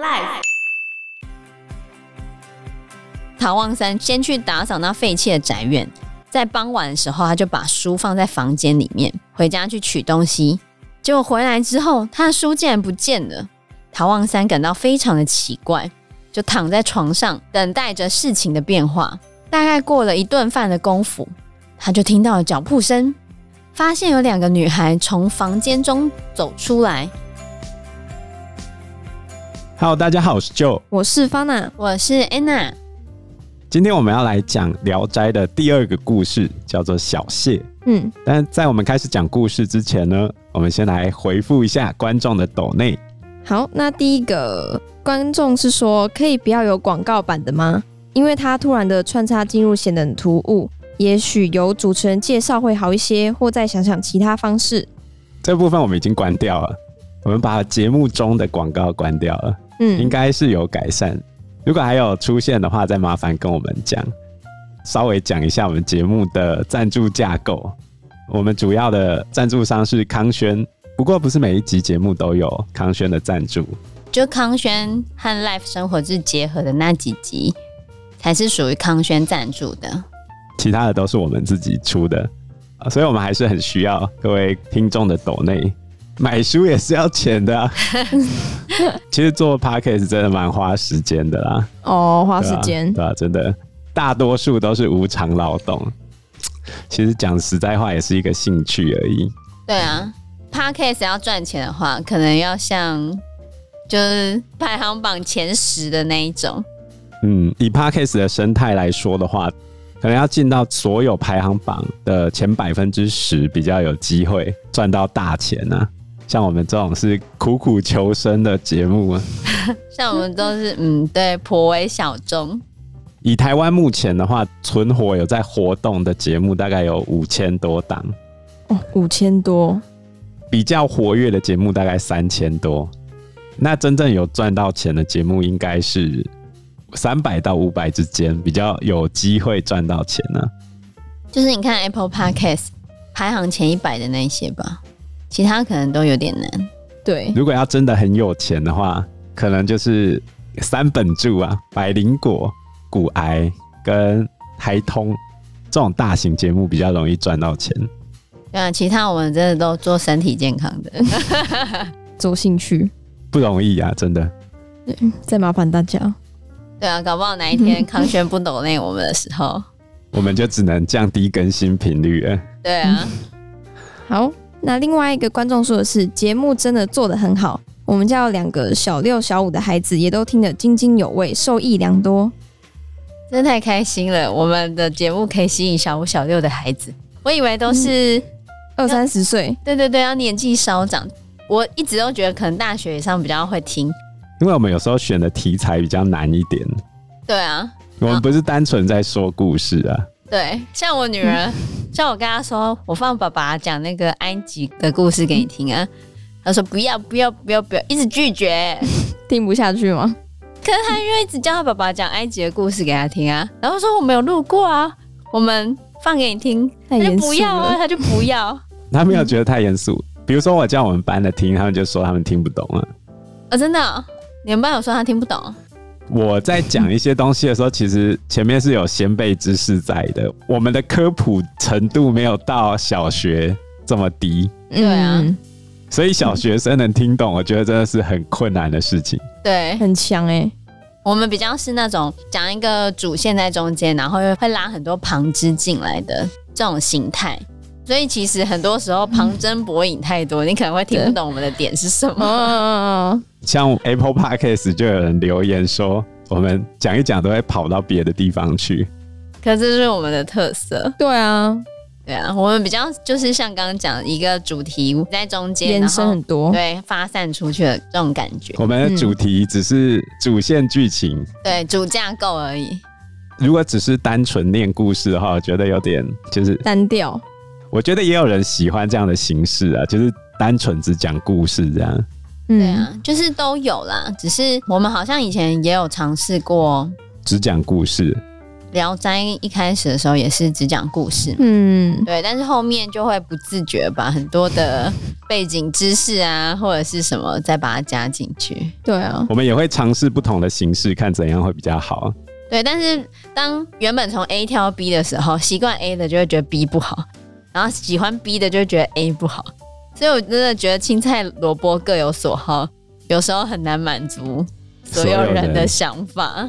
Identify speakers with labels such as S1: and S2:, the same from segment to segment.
S1: Life
S2: 唐望三先去打扫那废弃的宅院，在傍晚的时候，他就把书放在房间里面，回家去取东西。结果回来之后，他的书竟然不见了。唐望三感到非常的奇怪，就躺在床上等待着事情的变化。大概过了一顿饭的功夫，他就听到了脚步声，发现有两个女孩从房间中走出来。
S3: Hello，大家好，我是 Joe。
S4: 我是方娜，
S2: 我是安娜，
S3: 今天我们要来讲《聊斋》的第二个故事，叫做小谢。
S4: 嗯，
S3: 但在我们开始讲故事之前呢，我们先来回复一下观众的抖内。
S4: 好，那第一个观众是说，可以不要有广告版的吗？因为它突然的穿插进入显得很突兀，也许由主持人介绍会好一些，或再想想其他方式。
S3: 这部分我们已经关掉了，我们把节目中的广告关掉了，应
S4: 嗯，
S3: 该是有改善。如果还有出现的话，再麻烦跟我们讲。稍微讲一下我们节目的赞助架构，我们主要的赞助商是康轩，不过不是每一集节目都有康轩的赞助。
S2: 就康轩和 Life 生活志结合的那几集，才是属于康轩赞助的。
S3: 其他的都是我们自己出的，啊所以我们还是很需要各位听众的抖内。买书也是要钱 的、啊，其实做 podcast 真的蛮花时间的啦，
S4: 哦，花
S3: 花
S4: 时间，
S3: 对吧、啊真的，大多数都是无偿劳动。其实讲实在话，也是一个兴趣而已。
S2: 对啊，Podcast 要赚钱的话，可能要像就是排行榜前十的那一种。
S3: 嗯，以 podcast 的生态来说的话，可能要进到所有排行榜的前百分之十，比较有机会赚到大钱啊。像我们这种是苦苦求生的节目啊，
S2: 像我们都是嗯，对，颇为小众。
S3: 以台湾目前的话，存活有在活动的节目大概有五千多档，
S4: 哦，五千多，
S3: 比较活跃的节目大概三千多。那真正有赚到钱的节目应该是三百到五百之间，比较有机会赚到钱啊呢、
S2: 就是你看 Apple Podcast 排行前一百的那一些吧，其他可能都有点难。
S4: 对，
S3: 如果要真的很有钱的话，可能就是三本柱啊，百灵果、骨癌跟台通这种大型节目比较容易赚到钱。
S2: 对啊，其他我们真的都做身体健康的。
S4: 走兴趣，
S3: 不容易啊，真的。
S4: 再麻烦大家。
S2: 对啊，搞不好哪一 天康轩不抖内我们的时候，
S3: 我们就只能降低更新频率了。
S2: 对啊，
S4: 好，那另外一个观众说的是，节目真的做得很好，我们家有两个小六、小五的孩子也都听得津津有味，受益良多。
S2: 真的太开心了！我们的节目可以吸引小五、小六的孩子，我以为都
S4: 嗯
S2: 是、
S4: 二三十岁，
S2: 对对对，要年纪稍长。我一直都觉得可能大学以上比较会听。
S3: 因为我们有时候选的题材比较难一点，
S2: 对啊，
S3: 我们不是单纯在说故事啊，
S2: 对，像我女儿，
S4: 嗯
S2: 像我跟她说，我放爸爸讲那个埃及的故事给你听啊，她说不要不要不要不要，一直拒 绝。
S4: 听不下去吗？
S2: 可是她就一直叫她爸爸讲埃及的故事给她听啊，然后说我没有录过啊，我们放给你听，她
S4: 太
S2: 就
S4: 严肃
S2: 不要啊，
S4: 了。
S2: 她就不要。
S3: 啊他没有觉得太严肃。比如说我叫我们班的听，他们就说他们听不懂啊。
S2: 啊，真的哦、你们班有说她听不懂？
S3: 我在讲一些东西的时候，其实前面是有先辈知识在的，我们的科普程度没有到小学这么低，
S2: 对啊
S4: 嗯
S3: 所以小学生能听懂，我觉得真的是很困难的事情。
S2: 对，
S4: 很强哎、
S2: 我们比较是那种讲一个主线在中间，然后又会拉很多旁枝进来的这种形态。所以其实很多时候旁征博引太多，你可能会听不懂我们的点是什
S4: 哦
S2: 么。
S3: 像 Apple Podcast 就有人留言说，我们讲一讲都会跑到别的地方去。
S2: 可这是我们的特色，
S4: 对啊，
S2: 对啊，我们比较就是像刚刚讲一个主题在中间，
S4: 延
S2: 然
S4: 伸
S2: 后
S4: 很多。
S2: 对发散出去的这种感觉，
S3: 我们的主题只是主线剧情，
S2: 对主架构而已。
S3: 如果只是单纯念故事的话，我觉得有点就是，
S4: 单调，
S3: 我觉得也有人喜欢这样的形式啊，就是单纯只讲故事这样。
S4: 嗯
S2: 对啊，就是都有啦，只是我们好像以前也有尝试过
S3: 只讲故事，
S2: 聊斋》一开始的时候也是只讲故事嘛，
S4: 嗯，
S2: 对，但是后面就会不自觉把很多的背景知识啊，或者是什么再把它加进去。
S4: 对啊，
S3: 我们也会尝试不同的形式，看怎样会比较好。
S2: 对，但是当原本从 A 跳 B 的时候，习惯 A 的就会觉得 B 不好，然后喜欢 B 的就会觉得 A 不好，所以我真的觉得青菜萝卜各有所好，有时候很难满足所有人的想法。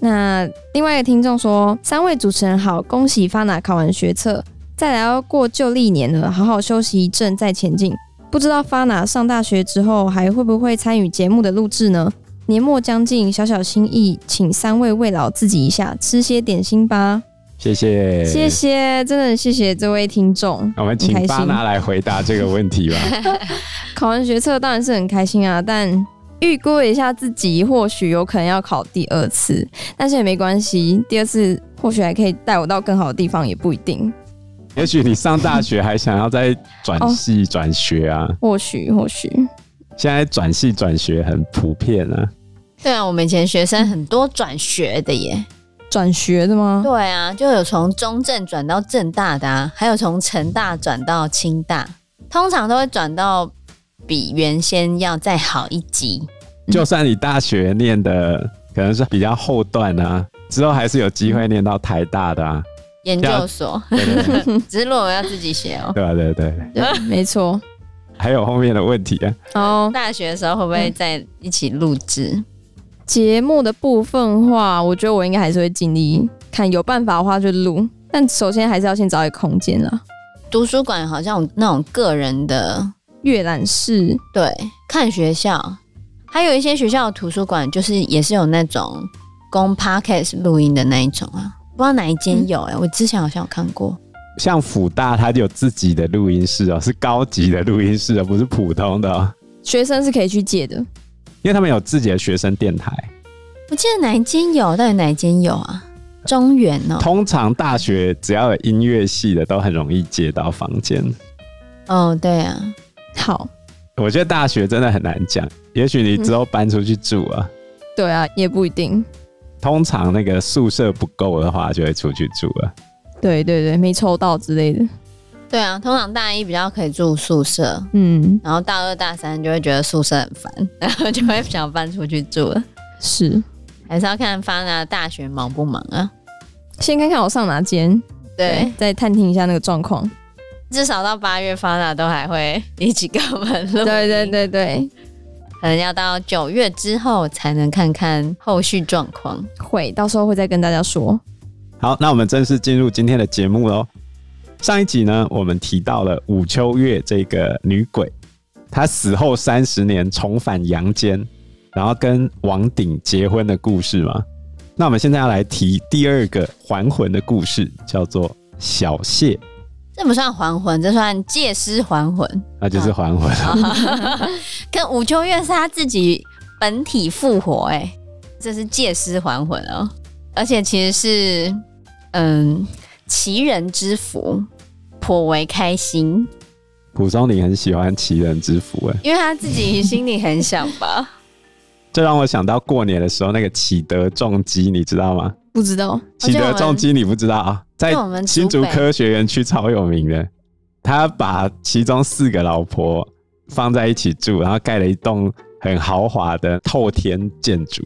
S4: 那另外一个听众说：“三位主持人好，恭喜发拿考完学测，再来要过旧历年了，好好休息一阵再前进。不知道发拿上大学之后还会不会参与节目的录制呢？年末将近，小小心意，请三位慰劳自己一下，吃些点心吧。
S3: 谢谢，
S4: 谢。谢，真的很谢谢这位听众。
S3: 哎我们请
S4: 很开
S3: 巴
S4: 心
S3: 拿来回答这个问题吧。
S4: 考完学测当然是很开心啊，但预估一下自己，或许有可能要考第二次，但是也没关系，第二次或许还可以带我到更好的地方，也不一定。
S3: 也许你上大学还想要再转
S4: 哦
S3: 系转学啊，
S4: 或许，或许，
S3: 现在转系转学很普遍啊。
S2: 对啊，我们以前学生很多转学的耶，
S4: 转学的吗？
S2: 对啊，就有从中正转到正大的啊，还有从成大转到清大，通常都会转到比原先要再好一级。
S3: 就算你大学念的可能是比较后段啊，之后还是有机会念到台大的 啊。
S2: 研究所，
S3: 对对对
S2: 只是论文要自己写 哦。
S3: 对啊对对对，
S4: 对，没错。
S3: 还有后面的问题啊，
S4: 好，
S2: 大学的时候会不会在一起录制？
S4: 节目的部分话，我觉得我应该还是会尽力，看有办法的话就录。但首先还是要先找一个空间啦，
S2: 图书馆好像有那种个人的，
S4: 阅览室。
S2: 对，看学校，还有一些学校的图书馆就是也是有那种供 podcast 录音的那一种啊，不知道哪一间有哎、我之前好像有看过。
S3: 像辅大它有自己的录音室哦，是高级的录音室哦，不是普通的哦，
S4: 学生是可以去借的，
S3: 因为他们有自己的学生电台。
S2: 我记得哪一间有，到底哪一间有啊？中原哦，
S3: 通常大学只要有音乐系的，都很容易接到房间。
S2: 哦对啊，
S4: 好，
S3: 我觉得大学真的很难讲，也许你之后搬出去住啊，
S4: 对啊，也不一定，
S3: 通常那个宿舍不够的话，就会出去住啊了。
S4: 对对对，没抽到之类的，
S2: 对啊，通常大一比较可以住宿舍，
S4: 嗯，
S2: 然后大二大三就会觉得宿舍很烦， 然后就会想搬出去住了。
S4: 是，
S2: 还是要看发达大学忙不忙啊？
S4: 先看看我上哪间，
S2: 对，
S4: 再探听一下那个状况，
S2: 至少到八月发达都还会一起跟我们 录，
S4: 对对，对对，
S2: 可能要到九月之后才能看看后续状况。
S4: 会，到时候会再跟大家说，
S3: 好，那我们正式进入今天的节目喽。上一集呢，我们提到了武秋月这个女鬼，她死后三十年重返阳间，然后跟王鼎结婚的故事嘛。那我们现在要来提第二个还魂的故事，叫做小谢，
S2: 这不算还魂，这算借尸还魂。
S3: 那就是还魂。
S2: 跟武秋月是他自己本体复活、哎，这是借尸还魂哦。而且其实是，嗯，奇人之福，颇为开心，
S3: 蒲松龄很喜欢奇人之福，哎，
S2: 因为他自己心里很想吧。
S3: 这让我想到过年的时候那个启德重机，你知道吗？
S4: 不知道，
S3: 启德重机你不知道啊，在
S2: 就我们
S3: 新竹
S2: 竹北
S3: 科学园区超有名的，他把其中四个老婆放在一起住，然后盖了一栋很豪华的透天建筑，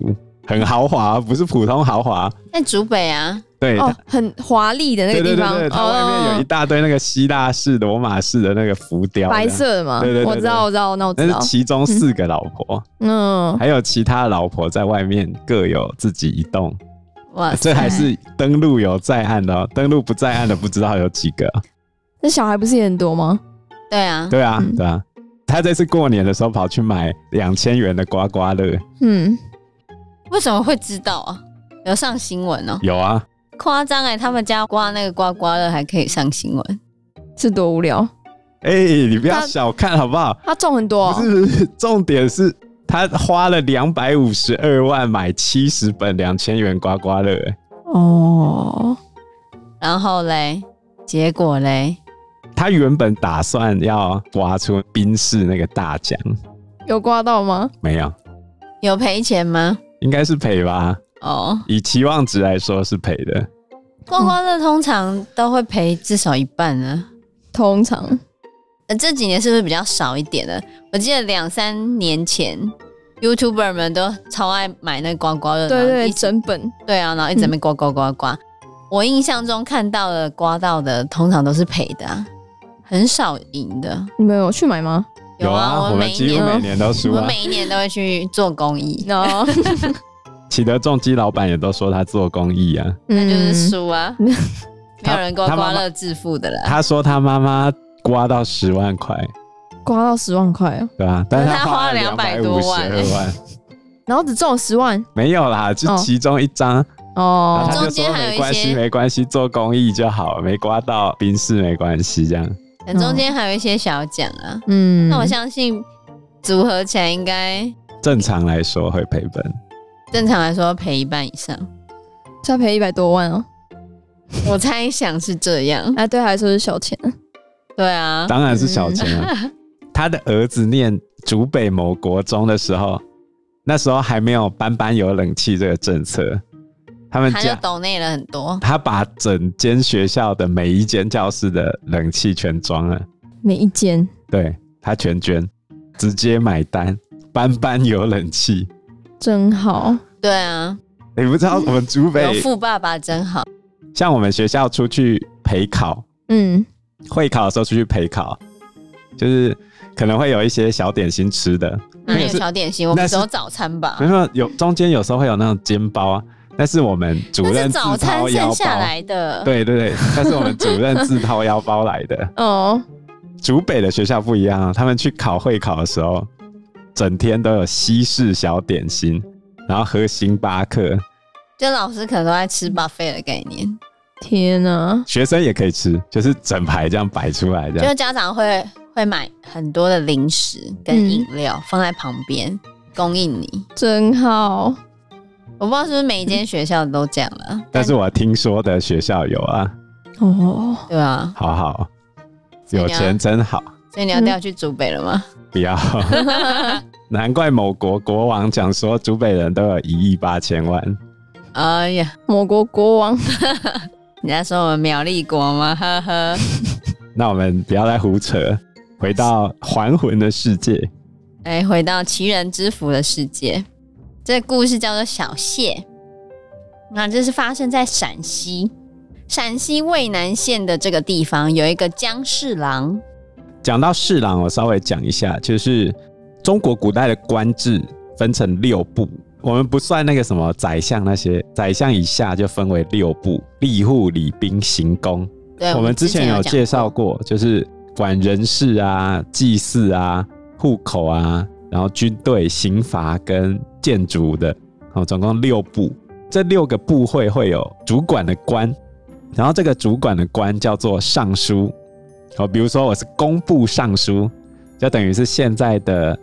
S3: 很豪华，不是普通豪华。
S2: 在竹北啊，
S3: 对，
S4: 哦
S3: 它，
S4: 很华丽的那
S3: 对
S4: 个
S3: 对
S4: 地
S3: 对
S4: 方，
S3: 对，它外面有一
S4: 哦，
S3: 大堆那个希腊式、罗马式的那个浮雕，
S4: 白，色的嘛，
S3: 对对对对
S4: 我知道，我知道，那我
S3: 那
S4: 知道
S3: 是，其中四个老婆，
S4: 嗯，
S3: 还有其他的老婆在外面各有自己一栋。
S2: 哇塞，
S3: 这还是登录有在案的、哦，登录不在案的不知道有几个。
S4: 那小孩不是也很多吗？
S2: 对啊，
S3: 对啊，
S4: 嗯
S3: 对啊。他这次过年的时候跑去买两千元的刮刮乐，
S4: 嗯，
S2: 为什么会知道啊？有上新闻哦，
S3: 有啊，
S2: 夸张哎！他们家刮那个刮刮乐还可以上新闻，
S4: 是多无聊，
S3: 哎、你不要
S4: 他
S3: 小看好不好？
S4: 他中很多、哦
S3: 不是不是，重点是他花了两百五十二万买七十本两千元刮刮乐、哎
S4: 哦，
S2: 然后嘞，结果嘞，
S3: 他原本打算要刮出宾士那个大奖，
S4: 有刮到吗？
S3: 没有，
S2: 有赔钱吗？
S3: 应该是赔吧？
S2: 哦，
S3: 以期望值来说是赔的。
S2: 刮刮乐通常都会赔至少一半啊呢、
S4: 通常
S2: 呃，这几年是不是比较少一点了？我记得两三年前，YouTuber 们都超爱买那刮刮乐，
S4: 对
S2: 然后
S4: 对
S2: 一直
S4: 整本
S2: 对啊，然后一直在那边刮刮刮刮。我印象中看到的刮到的，通常都是赔的啊、很少赢的。
S4: 你们有去买吗？
S3: 有啊，
S2: 我
S3: 我们
S2: 每一
S3: 几乎
S2: 年，
S3: 每年都输
S2: 我
S3: 啊。
S2: 每一年都会去做公益，
S4: 哦，
S3: 启德重机老板也都说他做公益啊，
S4: 那
S2: 就是输啊，
S4: 嗯
S2: 没有人刮
S3: 他妈
S2: 刮
S3: 妈
S2: 乐致富的啦。
S3: 他说他妈妈刮到十万块，
S4: 刮到十万块哦，
S3: 对吧、但是
S2: 可是他
S3: 花
S2: 花了
S3: 百
S2: 200多万
S3: 二万，
S4: 然后只中了十万
S3: 没有啦，就
S4: 哦
S3: 其中一张。然后
S4: 哦
S3: 他就
S2: 中间
S3: 说
S2: 还有
S3: 没
S2: 一
S3: 关
S2: 些
S3: 系，没关系，做公益就好，没刮到冰室没关系，这样。
S2: 可能中间还有一些小奖啊，
S4: 嗯，
S2: 那我相信组合起来应该
S3: 正常来说会赔本，
S2: 正常来说赔一半以上，
S4: 就要赔一百多万哦，
S2: 我猜想是这样。
S4: 哎，对他来说是小钱，
S2: 对啊，
S3: 当然是小钱了、
S2: 嗯
S3: 他的儿子念竹北某国中的时候，那时候还没有班班有冷气这个政策，他们
S2: 他就
S3: 家
S2: 抖内了很多，
S3: 他把整间学校的每一间教室的冷气全装了，
S4: 每一间
S3: 对他全捐，直接买单，班班有冷气。
S4: 真好，
S2: 对啊，
S3: 你不知道我们竹
S2: 有
S3: 北，
S2: 富爸爸真好。
S3: 像我们学校出去陪考，
S4: 嗯，
S3: 会考的时候出去陪考，就是可能会有一些小点心吃的，
S2: 哪里
S3: 那
S2: 有
S3: 是
S2: 嗯小点心？我们
S3: 那是嗯
S2: 只有早餐吧
S3: 没。有有中间有时候会有那种煎包啊，那是我们主
S2: 那
S3: 任
S2: 是
S3: 自
S2: 早餐
S3: 掏
S2: 剩
S3: 腰
S2: 下
S3: 包。
S2: 来的。
S3: 对对对，那是我们主任自掏腰包来的。
S4: 哦，
S3: 竹北的学校不一样啊，他们去考会考的时候，整天都有西式小点心，然后喝星巴克，
S2: 就老师可能都在吃
S3: 嗯
S2: buffet 的概念，
S4: 天啊哪，
S3: 学生也可以吃，就是整排这样摆出来这
S2: 就
S3: 样。
S2: 是家长会会买很多的零食跟
S4: 嗯
S2: 饮料放在旁边供应你。
S4: 真好，
S2: 我不知道是不是每一间学校都这样了，
S3: 但是我听说的学校有啊，
S4: 哦，
S2: 对啊，
S3: 好好，
S2: 所以
S3: 有
S2: 你要
S3: 钱真好，
S2: 所以你要调去竹北了吗？
S3: 不要。难怪某国国王讲说，竹北人都有一亿八千万。
S2: 哎呀，
S4: 某国国王，
S2: 你在说我们苗栗国吗？呵呵。
S3: 那我们不要再胡扯，回到还魂的世界。
S2: 哎，回到奇人之福的世界，这故事叫做小谢。那这是发生在陕西，陕西渭南县的这个地方有一个姜侍郎，
S3: 讲到侍郎，我稍微讲一下，就是中国古代的官制分成六部，我们不算那个什么宰相那些，宰相以下就分为六部：吏户、礼兵、刑工。
S2: 对，
S3: 我们之前有
S2: 讲
S3: 介绍过，就是管人事啊、祭祀啊、户口啊，然后军队、刑罚跟建筑的，哦，总共六部。这六个部会会有主管的官，然后这个主管的官叫做尚书。哦，比如说我是工部尚书，就等于是现在的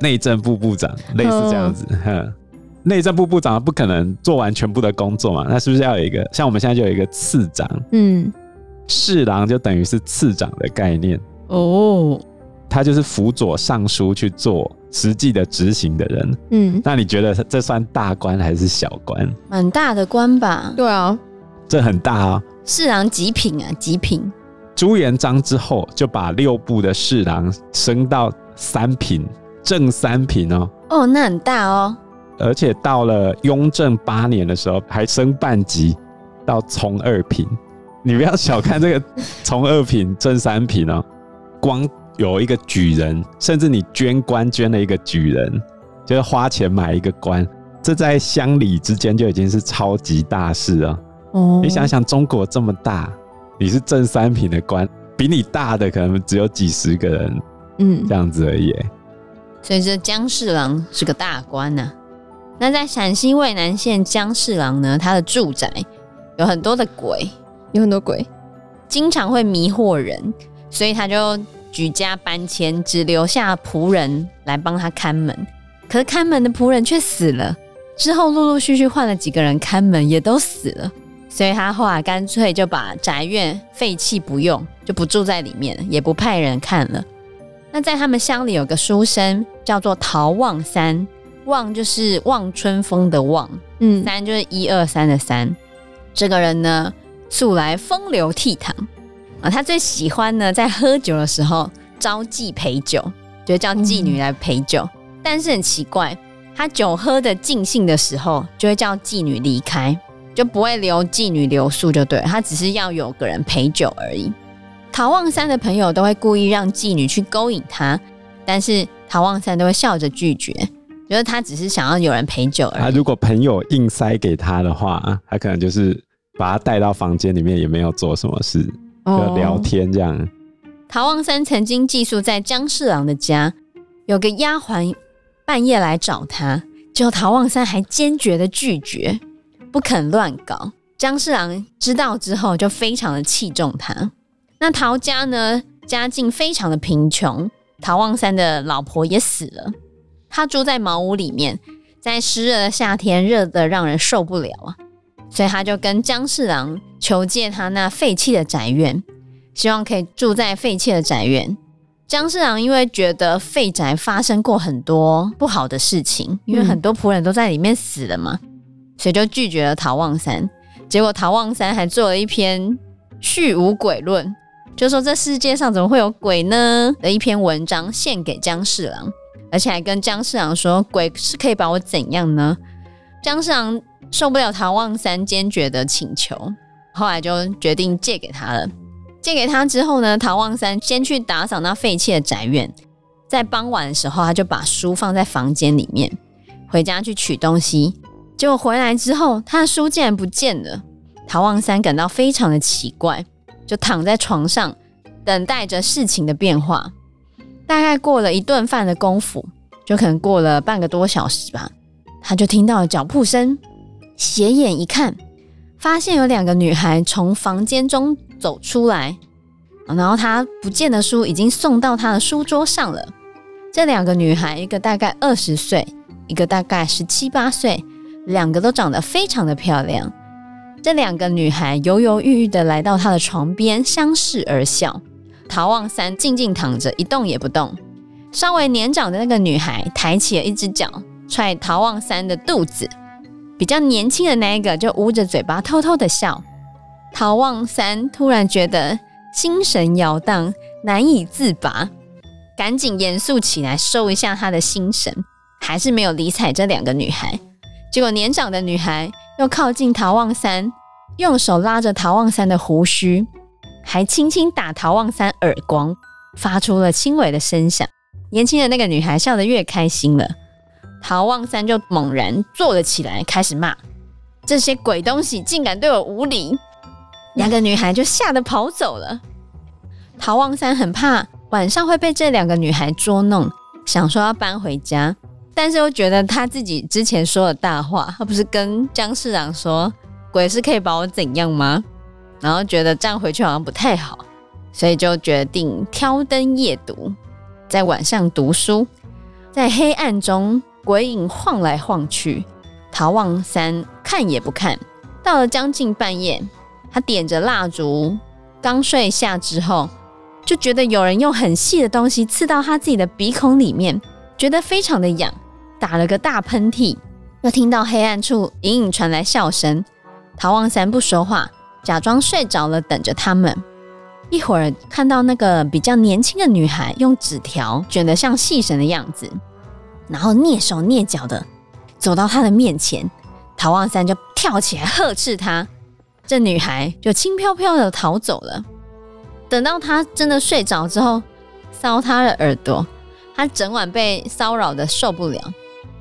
S3: 内政部部长，类似这样子。哼，内政部部长不可能做完全部的工作嘛，那是不是要有一个像我们现在就有一个次长？
S4: 嗯，
S3: 侍郎就等于是次长的概念，
S2: 哦，
S3: 他就是辅佐尚书去做实际的执行的人。
S4: 嗯，
S3: 那你觉得这算大官还是小官？
S2: 蛮大的官吧？
S4: 对啊，
S3: 这很大啊、哦！
S2: 侍郎极品啊，极品。
S3: 朱元璋之后就把六部的侍郎升到三品，正三品哦，
S2: 哦，那很大哦，
S3: 而且到了雍正八年的时候还升半级到从二品。你不要小看这个从二品正三品哦，光有一个举人，甚至你捐官捐了一个举人，就是花钱买一个官，这在乡里之间就已经是超级大事啊！
S4: 哦，
S3: 你想想，中国这么大，你是正三品的官，比你大的可能只有几十个人
S4: 嗯
S3: 这，样子而已耶。
S2: 所以这姜侍郎是个大官呐、那在陕西渭南县姜侍郎呢，他的住宅有很多的鬼，
S4: 有很多鬼，
S2: 经常会迷惑人，所以他就举家搬迁，只留下仆人来帮他看门。可是看门的仆人却死了，之后陆陆续续换了几个人看门，也都死了。所以他后来干脆就把宅院废弃不用，就不住在里面，也不派人看了。那在他们乡里有个书生叫做陶望三，望就是望春风的望，
S4: 嗯，
S2: 三就是一二三的三。这个人呢，素来风流倜傥啊。他最喜欢呢，在喝酒的时候招妓陪酒，就叫妓女来陪酒。但是很奇怪，他酒喝的尽兴的时候，就会叫妓女离开，就不会留妓女留宿，就对了他只是要有个人陪酒而已。陶望山的朋友都会故意让妓女去勾引他，但是陶望山都会笑着拒绝，觉得他只是想要有人陪酒
S3: 他
S2: 而已。
S3: 如果朋友硬塞给他的话，啊他可能就是把他带到房间里面，也没有做什么事，
S4: 哦
S3: 就聊天这样。
S2: 陶望山曾经寄宿在姜侍郎的家，有个丫鬟半夜来找他，结果陶望山还坚决的拒绝，不肯乱搞。姜侍郎知道之后，就非常的器重他。那陶家呢，家境非常的贫穷，陶望山的老婆也死了，他住在茅屋里面，在湿热的夏天，热得让人受不了啊，所以他就跟姜侍郎求借他那废弃的宅院。希望可以住在废弃的宅院。姜市长因为觉得废宅发生过很多不好的事情，因为很多仆人都在里面死了嘛，所以就拒绝了陶望山。结果陶望山还做了一篇续无鬼论，就说这世界上怎么会有鬼呢的一篇文章献给姜侍郎，而且还跟姜侍郎说鬼是可以把我怎样呢？姜侍郎受不了陶望山坚决的请求，后来就决定借给他了。借给他之后呢，陶望山先去打扫那废弃的宅院，在傍晚的时候，他就把书放在房间里面，回家去取东西。结果回来之后，他的书竟然不见了。陶望山感到非常的奇怪，就躺在床上等待着事情的变化。大概过了一顿饭的功夫，就可能过了半个多小时吧，他就听到了脚步声，斜眼一看，发现有两个女孩从房间中走出来，然后他不见的书已经送到他的书桌上了。这两个女孩，一个大概二十岁，一个大概十七八岁，两个都长得非常的漂亮。这两个女孩犹犹豫豫的来到他的床边，相视而笑。陶望三静静躺着，一动也不动。稍微年长的那个女孩抬起了一只脚，踹陶望三的肚子。比较年轻的那一个就捂着嘴巴偷偷的笑。陶望三突然觉得精神摇荡，难以自拔，赶紧严肃起来，收一下他的心神，还是没有理睬这两个女孩。结果年长的女孩又靠近陶望三，用手拉着陶望三的胡须，还轻轻打陶望三耳光，发出了轻微的声响。年轻的那个女孩笑得越开心了，陶望三就猛然坐了起来，开始骂：“这些鬼东西竟敢对我无礼！”两个女孩就吓得跑走了。陶望山很怕晚上会被这两个女孩捉弄，想说要搬回家，但是又觉得他自己之前说的大话，他不是跟姜市长说鬼是可以把我怎样吗？然后觉得这样回去好像不太好，所以就决定挑灯夜读，在晚上读书，在黑暗中鬼影晃来晃去，陶望山看也不看，到了将近半夜，他点着蜡烛，刚睡下之后，就觉得有人用很细的东西刺到他自己的鼻孔里面，觉得非常的痒，打了个大喷嚏。又听到黑暗处隐隐传来笑声，陶望三不说话，假装睡着了，等着他们。一会儿看到那个比较年轻的女孩用纸条卷得像细绳的样子，然后蹑手蹑脚的走到他的面前，陶望三就跳起来呵斥他。这女孩就轻飘飘的逃走了。等到她真的睡着之后，搔她的耳朵，她整晚被骚扰的受不了，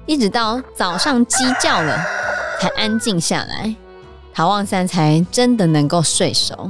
S2: 一直到早上鸡叫了才安静下来，陶望山才真的能够睡熟。